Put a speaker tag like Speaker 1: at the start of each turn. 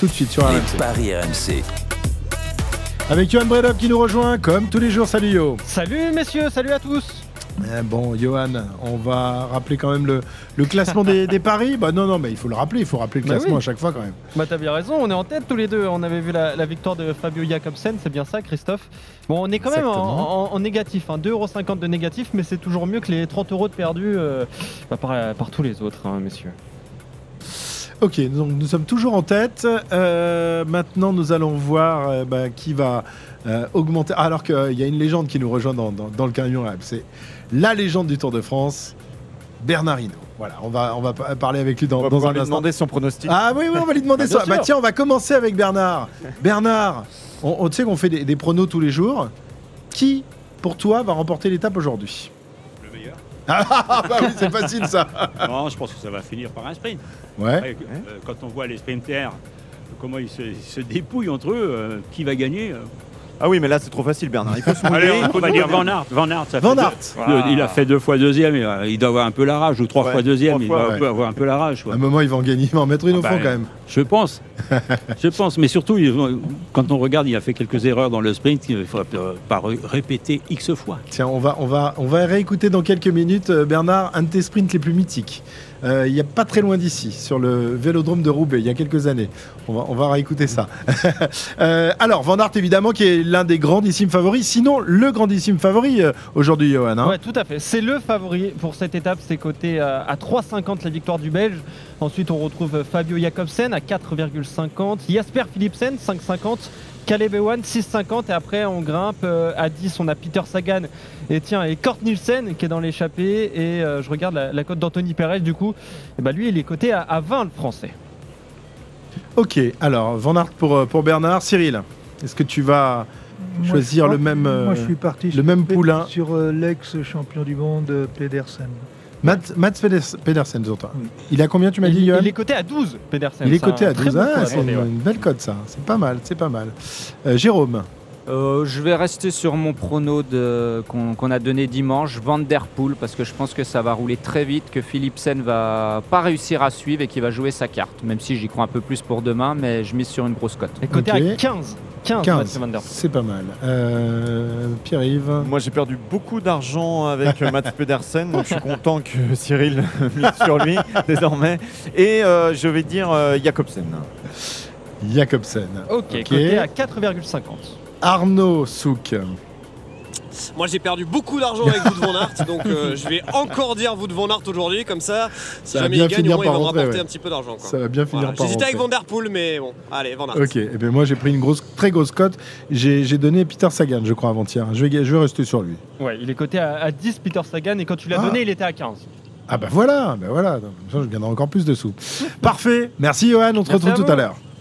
Speaker 1: Tout de suite sur
Speaker 2: Les
Speaker 1: RMC.
Speaker 2: paris RMC.
Speaker 1: Avec Johan Bredov qui nous rejoint, comme tous les jours. Salut Yo.
Speaker 3: Salut messieurs, salut à tous
Speaker 1: Eh, bon, Johan, on va rappeler quand même le, le classement des, des paris. Bah non, non, mais il faut le rappeler. Il faut rappeler le
Speaker 3: Bah
Speaker 1: classement
Speaker 3: oui.
Speaker 1: à chaque fois quand même.
Speaker 3: Bah t'as bien raison, on est en tête tous les deux, on avait vu la, la victoire de Fabio Jacobsen, c'est bien ça Christophe Bon on est quand même en- en,
Speaker 1: Exactement.
Speaker 3: en négatif, hein, 2,50€ de négatif, mais c'est toujours mieux que les 30 euros de perdu euh, bah, par, par tous les autres hein, messieurs.
Speaker 1: Ok, donc nous sommes toujours en tête. Euh, maintenant, nous allons voir euh, bah, qui va euh, augmenter. Ah, alors qu'il y a une légende qui nous rejoint dans, dans- dans le camion là. C'est la légende du Tour de France, Bernard Hinault. Voilà, on va, on va pa- parler avec lui dans,
Speaker 4: On va
Speaker 1: dans
Speaker 4: pouvoir
Speaker 1: un
Speaker 4: lui
Speaker 1: instant.
Speaker 4: demander son pronostic.
Speaker 1: Ah oui, oui, on va lui demander
Speaker 3: Ah, bien
Speaker 1: ça. Bah
Speaker 3: sûr.
Speaker 1: tiens, on va commencer avec Bernard. Bernard, on, on- tu sais qu'on fait des, des pronos tous les jours. Qui, pour toi, va remporter l'étape aujourd'hui
Speaker 5: Le meilleur
Speaker 1: Ah bah oui, c'est facile ça.
Speaker 5: Non, je pense que ça va finir par un sprint.
Speaker 1: Ouais.
Speaker 5: Après, euh, quand on voit les sprinters, comment ils se, ils se dépouillent entre eux, euh, qui va gagner euh.
Speaker 4: Ah oui, mais là c'est trop facile, Bernard. Il faut se
Speaker 5: Allez,
Speaker 4: mouiller.
Speaker 5: on va dire Van Aert. Van Aert, ça fait
Speaker 1: Van
Speaker 5: deux-
Speaker 1: Aert.
Speaker 5: deux- il a fait deux fois deuxième, il a- il doit avoir un peu la rage, ou trois
Speaker 4: Ouais,
Speaker 5: fois deuxième,
Speaker 4: trois
Speaker 5: il
Speaker 4: fois,
Speaker 5: doit
Speaker 1: ouais. Ah,
Speaker 5: avoir un peu la rage.
Speaker 1: À
Speaker 5: quoi.
Speaker 1: un moment, ils vont en gagner, ils vont en mettre une
Speaker 5: Ah
Speaker 1: au
Speaker 5: bah,
Speaker 1: fond quand même.
Speaker 5: Je pense, je pense, mais surtout, ils ont- quand on regarde, il a fait quelques erreurs dans le sprint, il ne faut euh, pas ré- répéter X fois.
Speaker 1: Tiens, on va, on, va, on va réécouter dans quelques minutes, euh, Bernard, un de tes sprints les plus mythiques. Euh, Il n'y a pas très loin d'ici, sur le vélodrome de Roubaix, il y a quelques années. On va, on va réécouter ça. Euh, alors, Van Aert, évidemment, qui est l'un des grandissimes favoris, sinon le grandissime favori euh, aujourd'hui, Johan. hein.
Speaker 3: Ouais, tout à fait. C'est le favori pour cette étape. C'est coté à, à 3,50 la victoire du Belge. Ensuite, on retrouve euh, Fabio Jacobsen à 4,50. Jasper Philipsen, 5,50. Caleb Ewan, 6,50. Et après, on grimpe euh, à 10. On a Peter Sagan et tiens, et Kort Nielsen qui est dans l'échappée. Et euh, je regarde la, la cote d'Anthony Perez. Du coup, et bah, lui, il est coté à, à 20, le français.
Speaker 1: Ok, alors, Van Aert pour, euh, pour Bernard. Cyril, est-ce que tu vas
Speaker 6: Moi,
Speaker 1: Choisir
Speaker 6: je
Speaker 1: le
Speaker 6: crois
Speaker 1: même,
Speaker 6: que-
Speaker 1: euh,
Speaker 6: Moi, je suis parti
Speaker 1: le même
Speaker 6: sur-
Speaker 1: poulain
Speaker 6: sur euh, l'ex-champion du monde euh, Pedersen.
Speaker 1: Matt, Matt Pedersen, Pedersen, j'entends.
Speaker 6: Oui.
Speaker 1: Il a combien, tu m'as
Speaker 3: il,
Speaker 1: dit, Johan
Speaker 3: il est coté à 12, Pedersen.
Speaker 1: Il est
Speaker 3: C'est un
Speaker 1: coté à
Speaker 3: très
Speaker 1: 12
Speaker 3: bon
Speaker 1: Ah,
Speaker 3: cote.
Speaker 1: c'est une, une belle cote, ça. C'est pas mal, c'est pas mal. Euh, Jérôme
Speaker 7: Euh, je vais rester sur mon prono de- qu'on qu'on a donné dimanche, Van Der Poel, parce que je pense que ça va rouler très vite, que Philipsen va pas réussir à suivre et qu'il va jouer sa carte, même si j'y crois un peu plus pour demain, mais je mise sur une grosse cote.
Speaker 3: Il est coté
Speaker 1: Ok.
Speaker 3: à 15. 15,
Speaker 1: 15.
Speaker 3: Mathieu Van Der Poel.
Speaker 1: C'est pas mal. Euh, Pierre-Yves.
Speaker 4: Moi j'ai perdu beaucoup d'argent avec euh, Mats Pedersen, donc je suis content que Cyril mise sur lui désormais. Et euh, je vais dire euh, Jacobsen.
Speaker 1: Jacobsen.
Speaker 3: ok, coté à 4,50.
Speaker 1: Arnaud Souk.
Speaker 8: Moi j'ai perdu beaucoup d'argent avec Wood Van Aert, donc euh, je vais encore dire Wood Van Aert aujourd'hui, comme ça, si
Speaker 1: Ça va
Speaker 8: jamais
Speaker 1: bien
Speaker 8: il gagne,
Speaker 1: finir
Speaker 8: au moins il
Speaker 1: par
Speaker 8: va me
Speaker 1: rentrer,
Speaker 8: rapporter
Speaker 1: ouais.
Speaker 8: un petit peu d'argent. quoi.
Speaker 1: Ça va bien finir
Speaker 8: Voilà.
Speaker 1: par.
Speaker 8: J'hésitais avec Van
Speaker 1: rentrer. Euh,
Speaker 8: Der Poel, mais bon, allez, Van Aert.
Speaker 1: Ok, et bien moi j'ai pris une grosse, très grosse cote. J'ai j'ai donné Peter Sagan, je crois, avant-hier. Je vais, je vais rester sur lui.
Speaker 3: Ouais, il est coté à, à 10 Peter Sagan et quand tu l'as
Speaker 1: Ah.
Speaker 3: donné, il était à 15.
Speaker 1: Ah bah voilà, bah voilà. Donc, comme ça, je gagnerai encore plus de sous. Parfait. Merci Johan, on te
Speaker 3: Merci
Speaker 1: retrouve
Speaker 3: à
Speaker 1: tout
Speaker 3: vous.
Speaker 1: à l'heure.